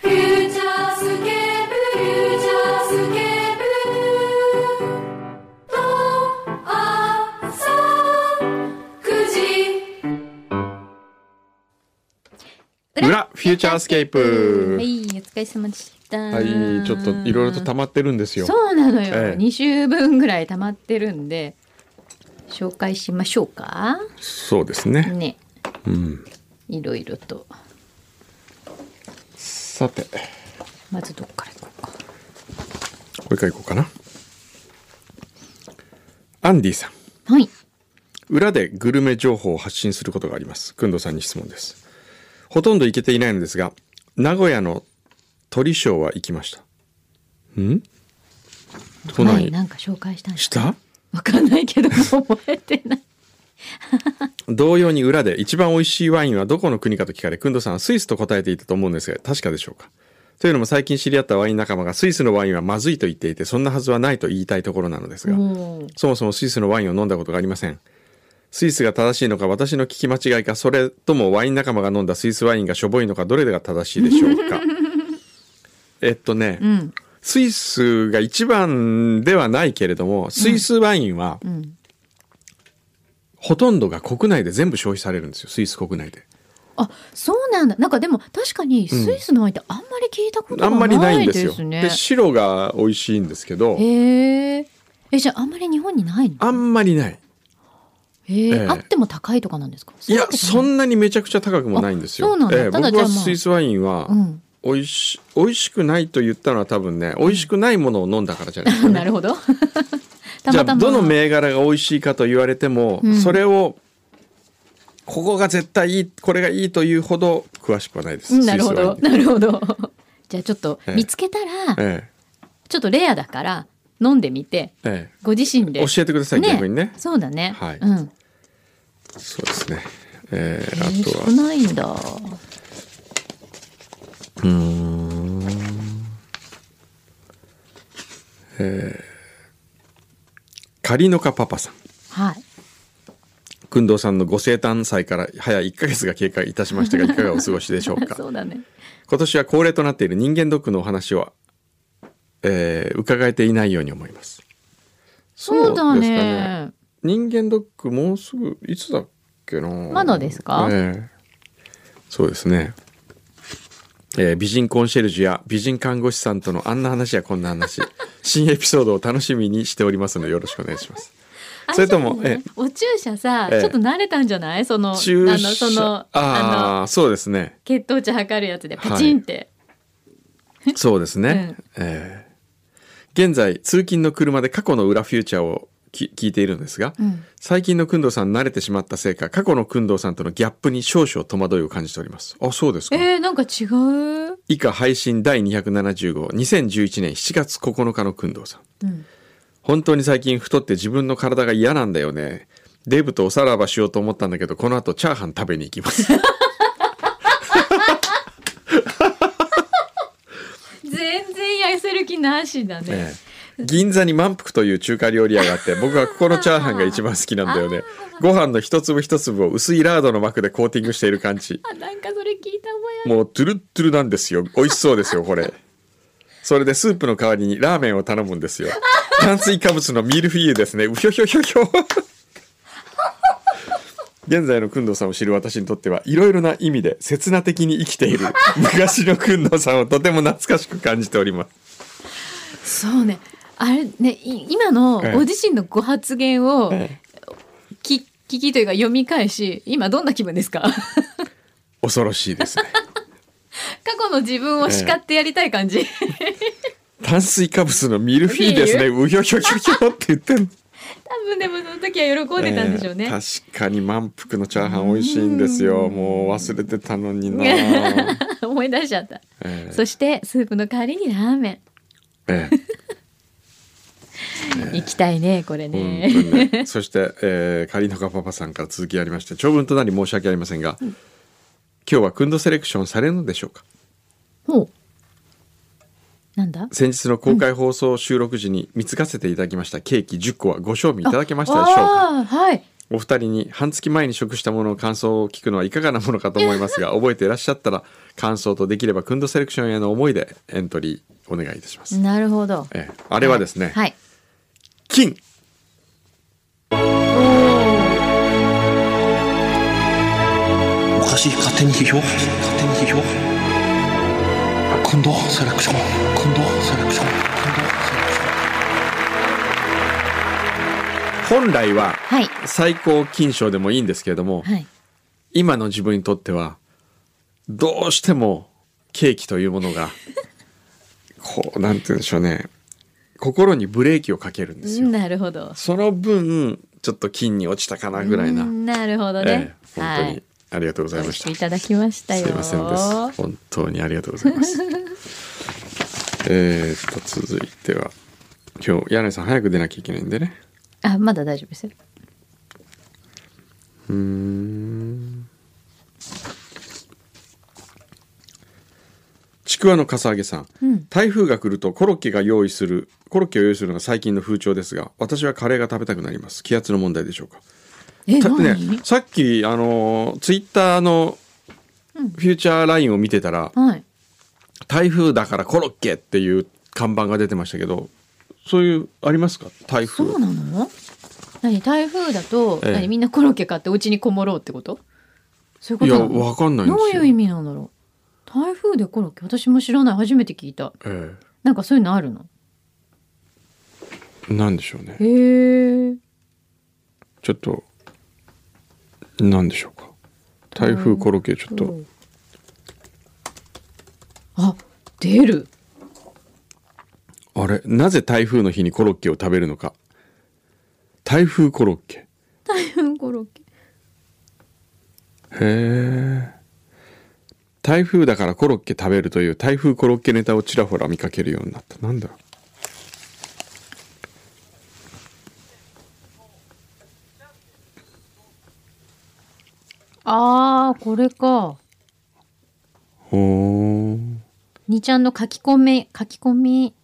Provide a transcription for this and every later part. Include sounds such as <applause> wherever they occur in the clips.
フューチャースケープフューチャースケープと朝9裏フューチャースケープはい、お疲れ様でした。はい、ちょっといろいろと溜まってるんですよ。そうなのよ、ええ2週分ぐらい溜まってるんで、紹介しましょうか。そうですね。ね、うん。いろいろと。さて、こまずどっから行こうか。れからいこうかな。アンディさん、はい。裏でグルメ情報を発信することがあります。くんどさんに質問です。ほとんど行けていないのですが、名古屋の鳥ショーは行きました。ん都前内なんか紹介したんじしたゃんわかんないけど、覚えて <laughs> ない。同様に裏で一番美味しいワインはどこの国かと聞かれ、くんどさんはスイスと答えていたと思うんですが、確かでしょうか。というのも最近知り合ったワイン仲間がスイスのワインはまずいと言っていて、そんなはずはないと言いたいところなのですが、もう、そもそもスイスのワインを飲んだことがありません。スイスが正しいのか、私の聞き間違いか、それともワイン仲間が飲んだスイスワインがしょぼいのか、どれが正しいでしょう <laughs> か。えっとね、うん、スイスが一番ではないけれども、スイスワインは、うん。ほとんどが国内で全部消費されるんですよ、スイス国内で。あ、そうなんだ。なんかでも確かにスイスのワインってあんまり聞いたことあがんまりなないんいでですよ。すでね。白が美味しいんですけど、へえ。え、じゃああんまり日本にないのあんまりない。へえええあっても高いとかなんですかいや、そなんなにめちゃくちゃ高くもないんですよ。あそうなんだええただ僕じゃあはまあスイスワインはう、ん。美味し、美味しくないと言ったのは多分ね、美味しくないものを飲んだからじゃないですか、ね。 <laughs> なるほど。<laughs> たじゃまあ、たま。どの銘柄が美味しいかと言われても、うんそれを、ここが絶対いい、これがいいというほど詳しくはないで <laughs> うす。んなるほど。スイスワインなるほど。 <laughs> じゃあちょっとええ見つけたら、えちょっとレアだから飲んでみて、え、えご自身え。で。教えてください、逆にね。そうだね。はいうん。そうですね。えええーあとは少。ないんだ。うーんえー、カリノカパパさん。はい。くんどうさんのご生誕祭から早1ヶ月が経過いたしま <laughs> したが、いかがお過ごしでしょうかそ。うだね。今年は恒例となっている人間ドックのお話は、えー伺えていないように思います。そでうだすかね。人間ドックもうすぐ、いつだっけなままだですかそうですね。えー美人コンシェルジュや美人看護師さんとのあんな話やこんな <laughs> 話、新エピソードを楽しみにしておりますのでよろしくお願いします。あそれともそうだねえお注射さ、ええちょっと慣れたんじゃないその、あ注の、射その、あの、ああ、そうですね。血糖値測るやつでパチンって。そうですね。えー現在、通勤の車で過去の裏フューチャーをき聞いているんですが、うん最近の工藤さん慣れてしまったせいか、過去の工藤さんとのギャップに少々戸惑いを感じております。あ、そうですか。えー、なんか違う。以下配信第270号、2011年7月9日の工藤さん。うん。本当に最近太って自分の体が嫌なんだよね。デブとおさらばしようと思ったんだけど、この後チャーハン食べに行きます。全然痩せる気なしだね。ええ銀座に満腹という中華料理屋があって僕はここのチャーハンが一番好きなんだよねご飯の一粒一粒を薄いラードの膜でコーティングしている感じあ、なんかそれ聞いた覚えある。もうトゥルットゥルなんですよ美味しそうですよこれそれでスープの代わりにラーメンを頼むんですよ炭水化物のミルフィーユですねうひょひょひょひょ現在の工藤さんを知る私にとってはいろいろな意味で刹那的に生きている昔の工藤さんをとても懐かしく感じておりますそうね。あれね、い今のええご自身のご発言をえき聞きというか読み返し、今どんな気分ですか <laughs> 恐ろしいですね過去の自分を叱ってやりたい <laughs> 感じ。炭水化物のミルフィーユですね。うひょひょひょひょって言ってん。分でもその時は喜んでたんでしょうえね、ー確かに満腹のチャーハン美味しいんですよもう忘れてたのにな、え <laughs> 思い出しちゃった、えそしてスープの代わりにラーメええン、行きたいねこれ本ね、当に <laughs> ね <laughs> そして、えー、カリノカパパさんから続きありまして長文となり申し訳ありませんが、今日はくんどセレクションされるのでしょうかほうなんだ先日の公開放送収録時に見つかせていただきましたケーキ10個はご賞味いただけましたでしょうかああはいお二人に半月前に食したものの感想を聞くのはいかがなものかと思いますが覚えていらっしゃったら感想とできればくんどセレクションへの思いでエントリーお願いいたします、なるほどええあれはですね、はい金おかしい勝手に批評勝手に批評今度セレクション今度セレクション今度セレクション本来ははい最高金賞でもいいんですけれども、はい今の自分にとってはどうしてもケーキというものがこうなんて言うんでしょうね心にブレーキをかけるんですよ。なるほどその分ちょっと金に落ちたかなぐらいな、うんなるほどえね、え本当にありがとうござはいいまごし視た。聴いただきましたよすいませんです。本当にありがとうござい <laughs> ます。えーっと続いては今日柳井さん早く出なきゃいけないんでね。あまだ大丈夫ですようーんちくわのかさあげさん、うん台風が来るとコロッケが用意するコロッケを用意するのが最近の風潮ですが私はカレーが食べたくなります気圧の問題でしょうかえたね何、さっきあのツイッター Twitter のフューチャーラインを見てたら、はい台風だからコロッケっていう看板が出てましたけどそういうありますか台風そうなの何台風だと、ええ何みんなコロッケ買ってお家にこもろうってことそういうこいとやなのわかんないんでどうすよいう意味なんだろう台風でコロッケ私も知らない初めて聞いたえなんかそういうのあるのえなんでしょうねへえちょっとなんでしょうか台風コロッケちょっとあ出るあれなぜ台風の日にコロッケを食べるのか台風コロッケ台風 <laughs> コロッケへえ台風だからコロッケ食べるという台風コロッケネタをちらほら見かけるようになったなんだろあーこれかうほーにちゃんの書き込み書き込み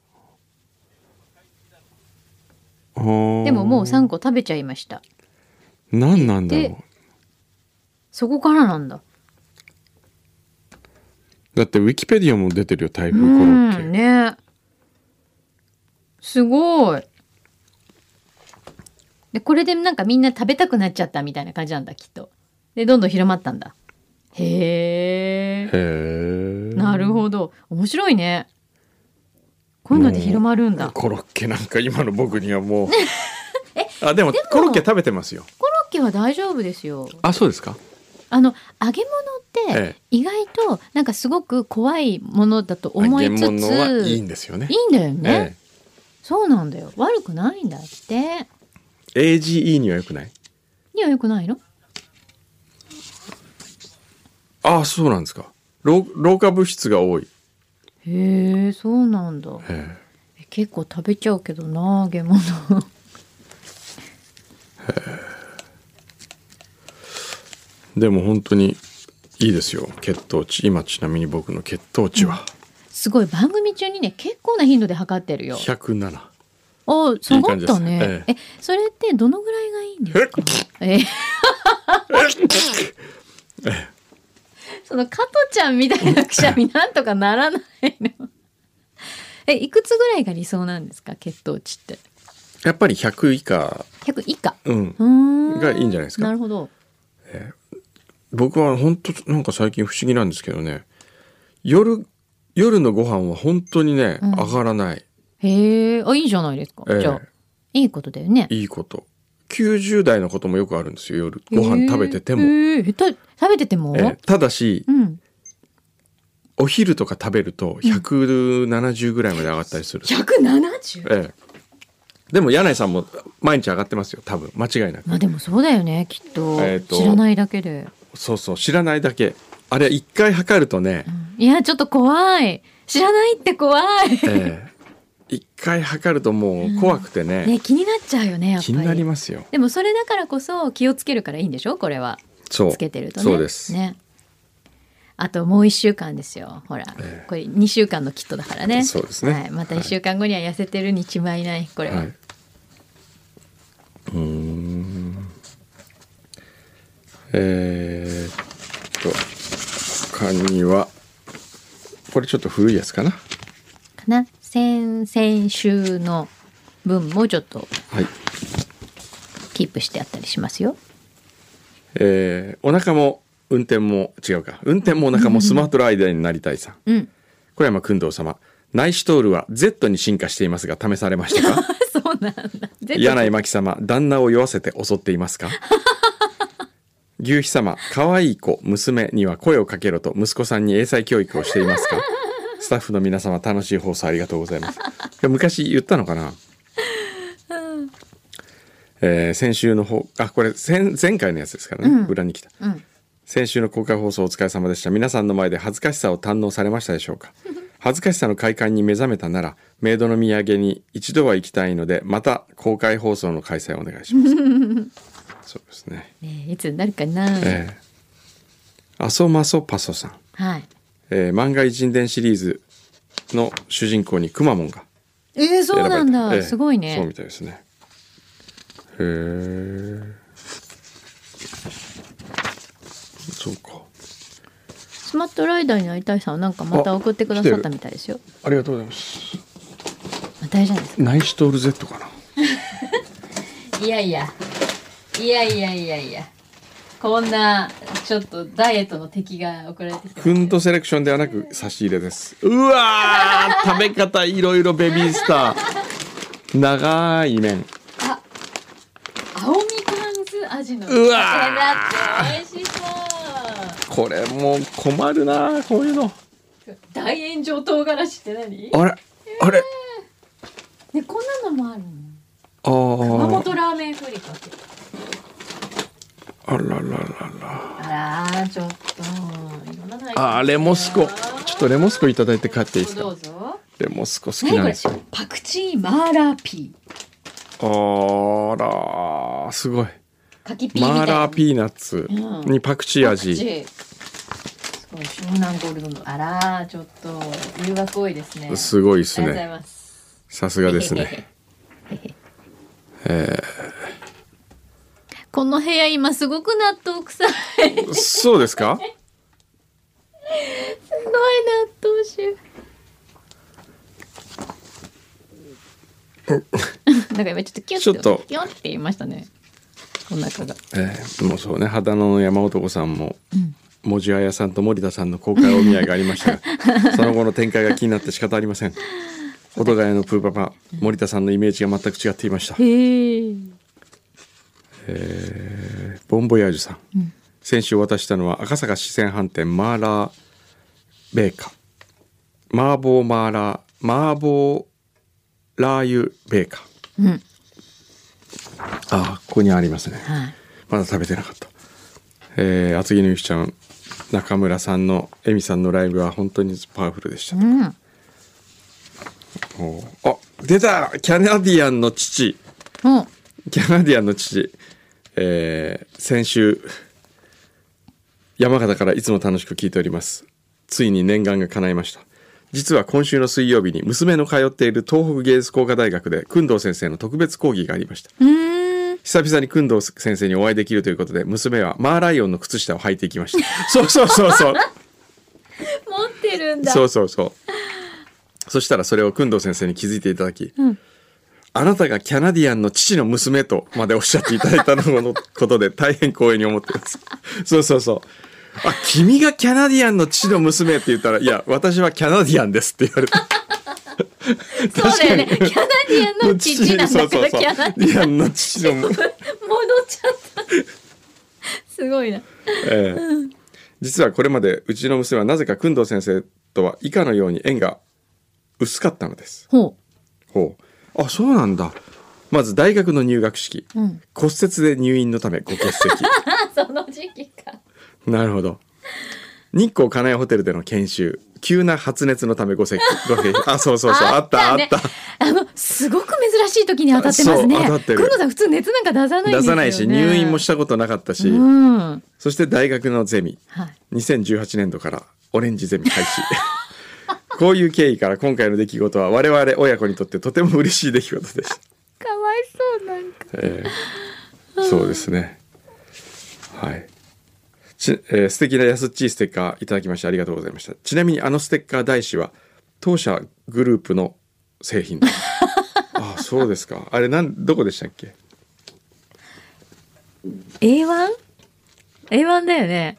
ほーでももう3個食べちゃいました何なんだろうでそこからなんだだってウィキペディアも出てるよ台風うコロッケ、んねすごいでこれでなんかみんな食べたくなっちゃったみたいな感じなんだきっとでどんどん広まったんだへへええなるほど面白いね今度で広まるんだココロッケなんか今の僕には <laughs> もうあでもコロッケ食べてますよロッケは大丈夫ですよあそうですかあの揚げ物っええて意外となんかすごく怖いものだと思いつつ揚げ物はいいんですよねいいんだよね、えそうなんだよ悪くないんだってえ AGE には良くないには良くないのあそうなんですか老老化物質が多い、へえそうなんだええ結構食べちゃうけどな揚げ物 <laughs> えでも本当にいいですよ血糖値今ちなみに僕の血糖値はすごい番組中にね結構な頻度で測ってるよ107あ下がったねいい感じですねえそれってどのぐらいがいいんですかえその加トちゃんみたいなくしゃみなんとかならないの <laughs> えいくつぐらいが理想なんですか血糖値ってやっぱり100以下100以下うんうーんがいいんじゃないですかなるほど僕は本当なんか最近不思議なんですけどね夜夜のご飯は本当にね、うん上がらないへえあいいじゃないですか、ええじゃあいいことだよねいいこと90代のこともよくあるんですよ夜ご飯食べてても、へえへえた食べてても、ええただしうんお昼とか食べると170ぐらいまで上がったりする、 170ええでも柳井さんも毎日上がってますよ多分間違いなくまあでもそうだよねきっと,、えーと知らないだけで、そうそう知らないだけあれは一回測るとね、うんいやちょっと怖い知らないって怖い、ええ一回測るともう怖くてね,、ね気になっちゃうよねやっぱり気になりますよでもそれだからこそ気をつけるからいいんでしょこれはそうつけてるとねそうです、ねあともう1週間ですよほら、ええこれ2週間のキットだからねそうですねはい、また1週間後には痩せてるに違いないこれは、はい、うーんえー、っと他にはこれちょっと古いやつかなかな先先週の分もちょっとはいキープしてあったりしますよえーお腹も運転も違うか運転もお腹もスマートライダーになりたいさんうん小山君堂様ナイシュトールは Z に進化していますが試されましたか <laughs> そうなんだ全部柳井真紀様旦那を酔わせて襲ってい <laughs> ますか牛皮様可愛い子娘には声をかけろと息子さんに英才教育をしていますかスタッフの皆様楽しい放送ありがとうございますこれ昔言ったのかな、えー先週の方あこれ前前回のやつですからね、裏に来たうん先週の公開放送お疲れ様でした皆さんの前で恥ずかしさを堪能されましたでしょ <laughs> うか恥ずかしさの快感に目覚めたならメイドの土産に一度は行きたいのでまた公開放送の開催をお願いし <laughs> ますそうですねねえいつになるかな、ええアソマソパソさん、はいえー漫画偉人伝シリーズの主人公にくまモンがえー、そうなんだ、選ばれたええすごいそうねみたいですねへえそうかスマットライダーになりたいさんはなんかまた送ってくださったみたいですよありがとうございますまたあれじゃないですかナイシュトール Z かないやいやいやいやいやいやこんなちょっとダイエットの敵が送られてきてフンドセレクションではなく差し入れですうわー食べ方いろいろベビースター長い麺青みかん酢味のうわこれだって美味しそこれもう困るなこういうのう大炎上唐辛子って何あれあれねこんなのもあるのあ熊ー本ラーメンふりかけあららららあらーちょっといろんなの入ってるあーレモスコちょっとレモスコいただいて帰っていいですどかうぞレモスコ好き何なんこでれすよパクチーマーラーピーあらーすごいカキピーみたいマなーラーピーナッツにパクチー味、すごい湘南ゴールドのあらーちょっと誘惑多いですねすごいですありがとうございねますさすがですねこの部屋今すごく納豆臭いすごい納そうですか豆 <laughs> 臭なんか今ちょっとキュッちょっとキュッて言いましたねお腹が <laughs> えー、もうそうね秦野の山男さんも、文字綾さんと森田さんの公開お見合いがありましたが <laughs> その後の展開が気になって仕方ありません保土ヶ谷のプーパパ森田さんのイメージが全く違っていましたへえボンボヤージュさん、先週お渡ししたのは赤坂四川飯店マーラーベーカー麻婆マーラー麻婆ラー油ベーカー、うんあーここにありますねはいまだ食べてなかった。えー、厚木のゆきちゃん、中村さんの、えみさんのライブは本当にパワフルでした。うんおーあ、出たキャナディアンの父。もうキャナディアンの父。えー、先週、山形からいつも楽しく聞いております。ついに念願が叶いました。実は今週の水曜日に娘の通っている東北芸術工科大学で、工藤先生の特別講義がありました。うーん久々に工藤先生にお会いできるということで娘はマーライオンの靴下を履いていきましたそうそうそうそう持ってるんだそうそうそうそしたらそれを工藤先生に気づいていただき、んあなたがキャナディアンの父の娘とまでおっしゃっていただいたののことで大変光栄に思っています <laughs> そうそうそうあ君がキャナディアンの父の娘って言ったら「いや私はキャナディアンです」って言われた <laughs> そうだよねキャナディアンの父なんだかそうそうらそうキャナディアンディアンの父の娘戻っちゃったすごいなええ実はこれまでうちの娘はなぜか工藤先生とは以下のように縁が薄かったのです。ほほう。あ、そうなんだ。まず大学の入学式、うん骨折で入院のためご欠 <laughs> 席その時期か。なるほど日光金谷ホテルでの研修急な発熱のためごせごせ <laughs> あそうそうそうあったあった,、ねあのすごく珍しい時に当たってますね。そう当たってるくんのさん普通熱なんか出さないんですよ、ね。出さないし入院もしたたことなかったし、うん。はい。そして大学のゼミ2018年度からオレンジゼミ開始 <laughs> こういう経緯から今回の出来事は我々親子にとってとても嬉しい出来事でした、かわいそうなんか。えーそうですねはいち、えー素敵な安っちいステッカーいただきましてありがとうございましたちなみにあのステッカー大使は当社グループの製品 <laughs> ですああそうですかあれなんどこでしたっけ A1? A1 だよね。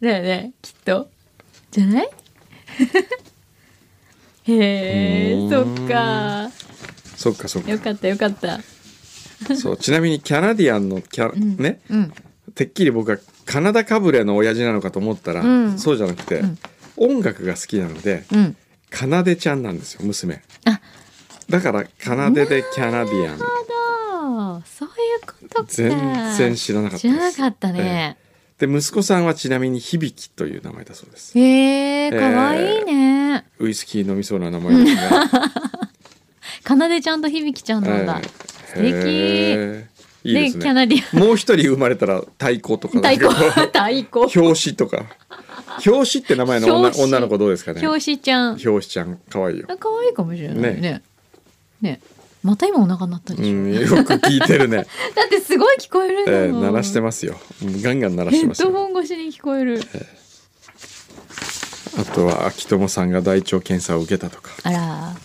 だよね。きっと。じゃない <laughs> へうーえ、んそっか。そっかそっかよかったよかった。そうちなみにキャナディアンのキャ、ね、うん。てっきり僕はカナダかぶれの親父なのかと思ったら、うんそうじゃなくて、音楽が好きなので、うん。かなでちゃんなんですよ娘あだからかなででキャナディアンなるほど。そういうことか。全然知らなかったです知らなかったね。で息子さんはちなみに響という名前だそうですへえ、かわいいね。ウイスキー飲みそうな名前です <laughs> がかなでちゃんとひびきちゃんなんだ。素敵へーいいですでキャねナディもう一人生まれたら太鼓とかアン。太鼓なんかこ。太う鼓。 <laughs> 表紙とか表紙って名前の女表紙女の子どうですかね表紙ちゃん。表紙ちゃん可愛いよあ可愛いかもしれないね。ねね。また今お腹鳴ったでうしょ。ん、よく聞いて <laughs> るね、だってすごい聞こえるんだもんえー、鳴らしてますようんガンガン鳴らしヘてまッすドよホン越しに聞こえる。あとは秋友さんが大腸検査を受けたとか、あら、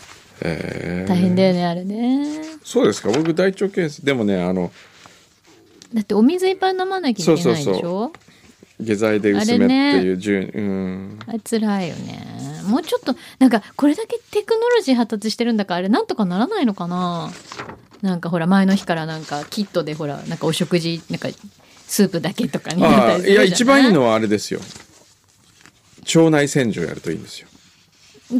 えー大変だよね、あれね。そうですか僕大腸検査でもねあのだってお水いっぱい飲まなきゃいけないでしょ。そうそう下剤で薄めっていう順、うんあれ辛いよねもうちょっとなんかこれだけテクノロジー発達してるんだからあれなんとかならないのかななんかほら前の日からなんかキットでほらなんかお食事なんかスープだけとかになったあありすいるじゃやない一番いいのはあれですよ腸内洗浄やるといいんですよ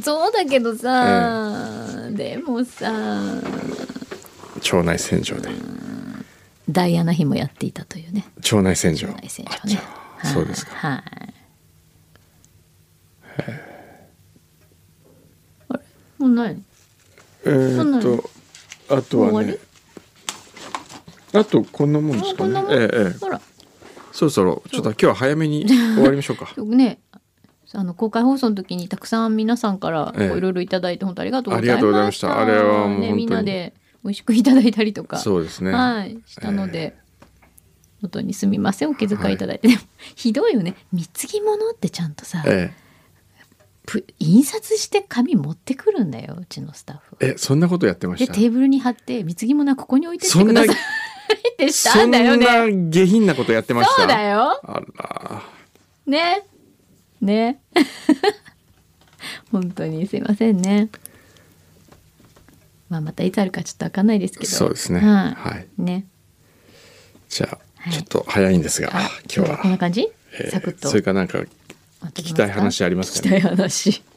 そうだけどさ、でもさ腸内洗浄でダイアナ妃もやっていたというね腸内洗浄内戦場ねあそうですかはいあれもうないのえー、っとあとはね終あとこんなもんですあかこねんなもん、ええええほらそろそろちょっと今日は早め <laughs> に終わりましょうかねあの公開放送の時にたくさん皆さんからええこういろいろいただいて本当ありがとうございありがとうございままししたた。あれはもう本当ねにみんなで美味しくいただいたりとか、そうですねはいしたので、本当にすみませんお気遣いいただいて、でもひどいよね貢ぎ物ってちゃんとさ、えプ印刷して紙持ってくるんだようちのスタッフ。ええそんなことやってまでしたテーブルに貼って貢ぎ物はここに置いてってそくんなださいってしたそんんだよね。な下品なことやってましたそうだよ。あらねね <laughs> 本当にすいませんねまあまたいつあるかちょっとわかんないですけどそうですねはい、はいねじゃあいちょっと早いんですが、あ今日こんなは、感じ、えーサクッとそれかなんか聞聞きたい話ありますかね聞きたい話ど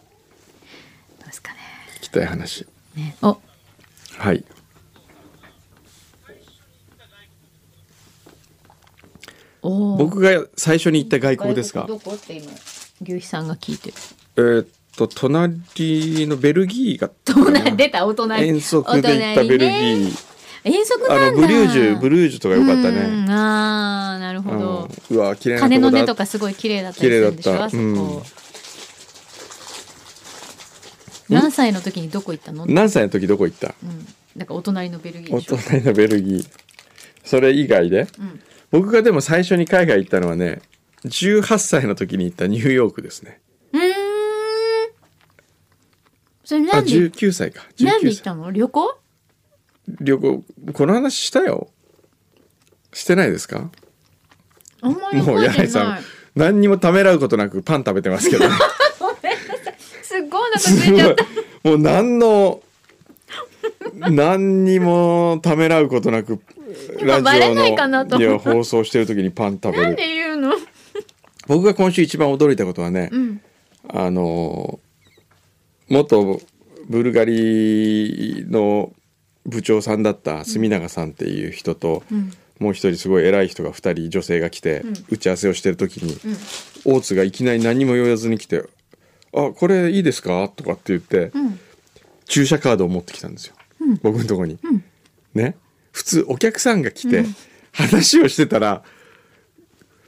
うですかね聞きたい話ねおはいおー僕が最初に行った外交ですかどこって今牛肥さんが聞いてるえーっと隣のベルギーが隣出たお隣遠足で行ったベルギお隣ねー、遠足あなんのだブリュージュブュールージュとか良かったねああなるほど、うんうわ綺麗なとこだ鐘の音とかすごい綺麗だったりするんでし綺麗ょだあったそこ、うん何歳の時にどこ行ったの、うん、何歳の時どこ行ったなんかお隣のベルギーおでしょ隣のベルギーそれ以外で、ん僕がでも最初に海外行ったのはね18歳の時に行ったニューヨークですねうーんそれあなんで19歳かなんで19行っ歳たの旅行旅行この話したよしてないですかあんまりもう覚え柳てな井いさん何にもためらうことなくパン食べてますけ <laughs> ど、ね、すごいなんかすついごいちゃった <laughs> もう何の何にもためらうことなく今バレないかなとい思ったや放送してる時にパン食べなんるで言 <laughs> うの僕が今週一番驚いたことはね、うんあの元ブルガリの部長さんだった住永さんっていう人と、もう一人すごい偉い人が2人女性が来て、打ち合わせをしてる時に、大津がいきなり何も言わずに来て「あこれいいですか?」とかって言って、駐車カードを持ってきたんですよ、僕のとこに。ね普通お客さんが来て話をしてたら、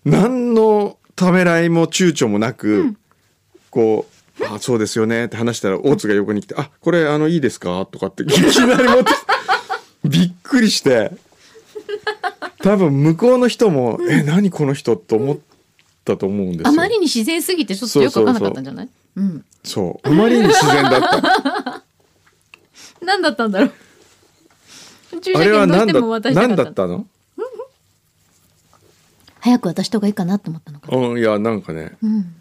何のためらいも躊躇もなく、こう。あそうですよねって話したら大津が横に来て「あこれあのいいですか?」とかっていきなり持 <laughs> ってきてびっくりして多分向こうの人も「え何この人?」と思ったと思うんですよあまりに自然すぎてちょっとよくわかんなかったんじゃないうんそうあまりに自然だった何だったんだろう注射あれは券どう何してだも渡したか何っただったの早く渡した方がいいかなと思ったのかなうんいやなんかね、うん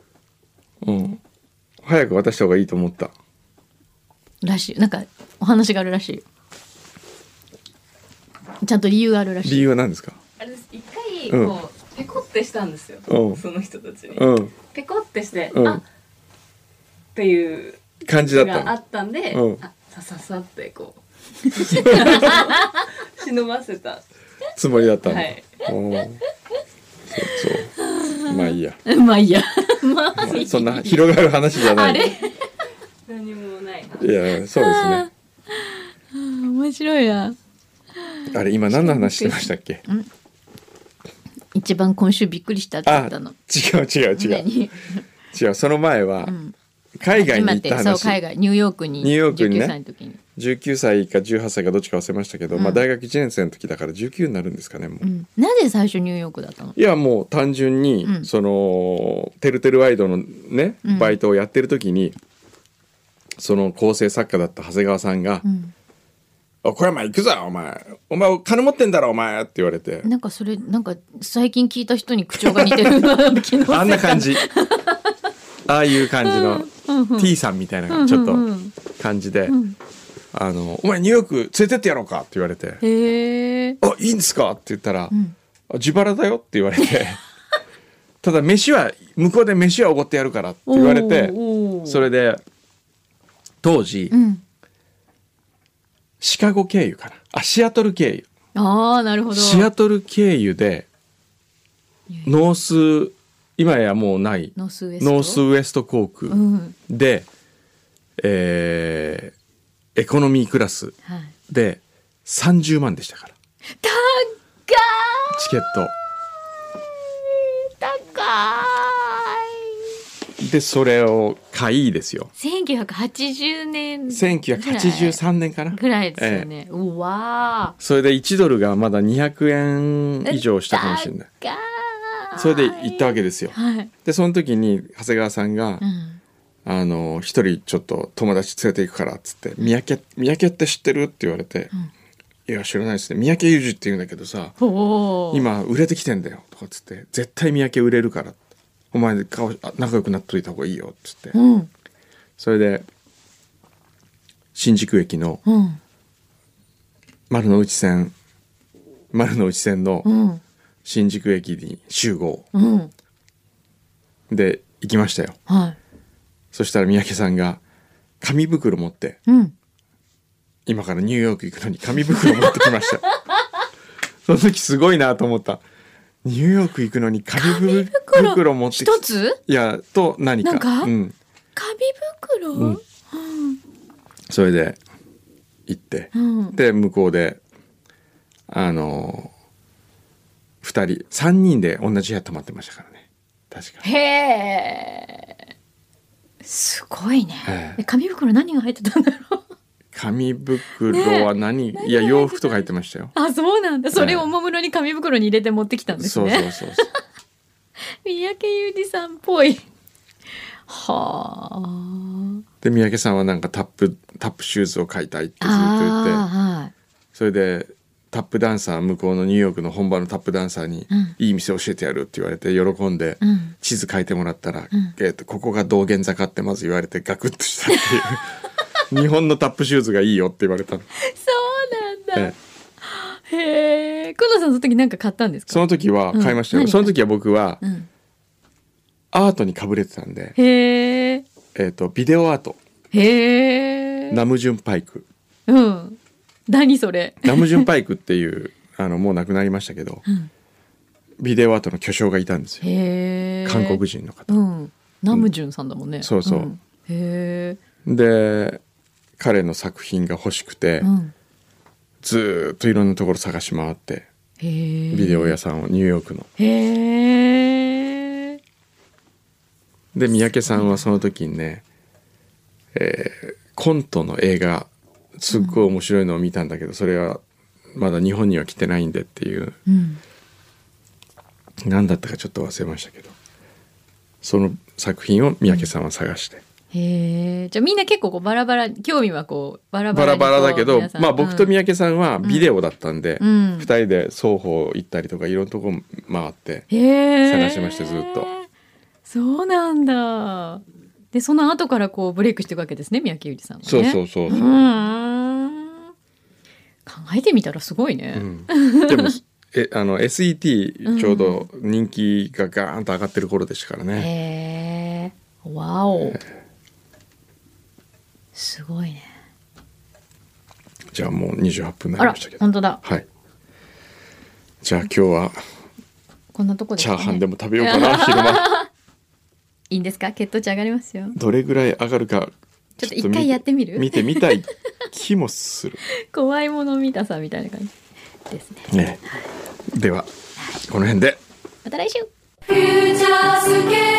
うん、早く渡した方がいいと思ったらしいなんかお話があるらしいよちゃんと理由があるらしい理由は何ですかあれです一回こう、ペコってしたんですよ、うんその人たちに、うんペコってして、うんあっていう感じだのったがあのったんで、うんあさささってこう <laughs> <laughs> 忍ばせたつもりだったの、はいおーそうそうまあいい <laughs> や、まあいいやままああそんな広がる話じゃない何もないいやそうですね面白いなあれ今何の話してましたっけ一番今週びっくりしたって言あったの違う違う違う何違うその前は海外に行ったあそう海話外ニューヨークにニューヨークにね19歳の時に19歳か18歳かどっちか忘れましたけど、まあ大学1年生の時だから19になるんですかねもう、うんなぜ最初ニューヨークだったのいやもう単純に、うんそのてるてるワイドのねうんバイトをやってる時に、その構成作家だった長谷川さんがうん「お小山行くぞお前お前金持ってんだろお前」って言われてなんかそれなんか最近聞いた人に口調が似てる気のせい <laughs> かあんな感じああいう感じの T さんみたいなちょっと感じで「あのお前ニューヨーク連れてってやろうか」って言われてへえ「あいいんですか?」って言ったら「んあ自腹だよ」って言われて <laughs> 「ただ飯は向こうで飯はおごってやるから」って言われておーそれで当時うんシカゴ経由かなあシアトル経由ああなるほどシアトル経由でノース今やもうないノースウェストノースウエスト航空うんで、えーエコノミークラスはいで30万でしたから高チケット。い高でそれを買いですよい1980年1983年かなぐらいですよね、うわそれで1ドルがまだ200円以上したかもしれないー高いそれで行ったわけですよはい、でその時に長谷川さんがうん、 「あの一人ちょっと友達連れて行くから」っつって「三宅三宅って知ってる?」って言われて「いや知らないですね三宅裕二って言うんだけどさおー今売れてきてんだよ」とかっつって「絶対三宅売れるから」お前顔あ仲良くなっといた方がいいよ」っつってうんそれで新宿駅のうん丸の内線丸の内線のうん新宿駅に集合うんで行きましたよはいそしたら三宅さんが紙袋持ってうん今からニューヨーク行くのに紙袋持ってきました <laughs> その時すごいなと思ったニューヨーク行くのに紙ぶ袋袋持ってき一ついやと何かなんかうん、紙袋、んそれで行って、うんで向こうであの2人3人で同じ部屋泊まってましたからね確かへえすごいね、えええ紙袋何が入ってたんだろう <laughs> 紙袋は何、いや洋服とか入ってましたよあそうなんだそれをおもむろに紙袋に入れて持ってきたんですそうね、そうそうそう三宅裕二さんっぽいはあで三宅さんはなんかタップタップシューズを買いたいってずっと言ってあそれでタップダンサー向こうのニューヨークの本場のタップダンサーにうん「いい店教えてやる」って言われて喜んでうん地図書いてもらったらうん「えっとここが道玄坂」ってまず言われてガクッとした <laughs> っていう日本のタップシューズがいいよって言われたのーはいそうなんえだ、えへえ久野さんその時何か買ったんですかその時は買いましたよ、うん何その時は僕はうん、アートにかぶれてたんで、へええっとビデオアートへえナムジュンパイクうん何それダムジュンパイクっていうあのもう亡くなりましたけど、ビデオアートの巨匠がいたんですよへえ韓国人の方。うんナムジュンさんだもんね、んそうそうんへえで彼の作品が欲しくて、うんずーっといろんなところ探し回ってへえビデオ屋さんをニューヨークの。へえで三宅さんはその時にね、えーコントの映画すっごい面白いのを見たんだけど、それはまだ日本には来てないんでっていううん何だったかちょっと忘れましたけどその作品を三宅さんは探して、へえじゃあみんな結構こうバラバラ興味はこうバラババララバにこうラだけど皆さんまあ僕とうん三宅さんはビデオだったんで、う二ん人で双方行ったりとかいろんなとこ回ってへえ探してましたずっとそうなんだでその後からこうブレイクしていくわけですね三宅裕司さんがねそうそうそううそう、ーん考えてみたらすごいね、うんでもえあの SET ちょうど人気がガーンと上がってる頃でしたからね、へえわおすごいねじゃあもう28分になありらましたけど本当だはいじゃあ今日はこんなとこですチかャーねハンでも食べようか <laughs> な昼間いいんですか血糖値上がりますよどれぐらい上がるかちょっと一回やってみる見てみたい気もす <laughs> る怖いもの見たさみたいな感じですねねではこの辺でまた来週フューチャースケープ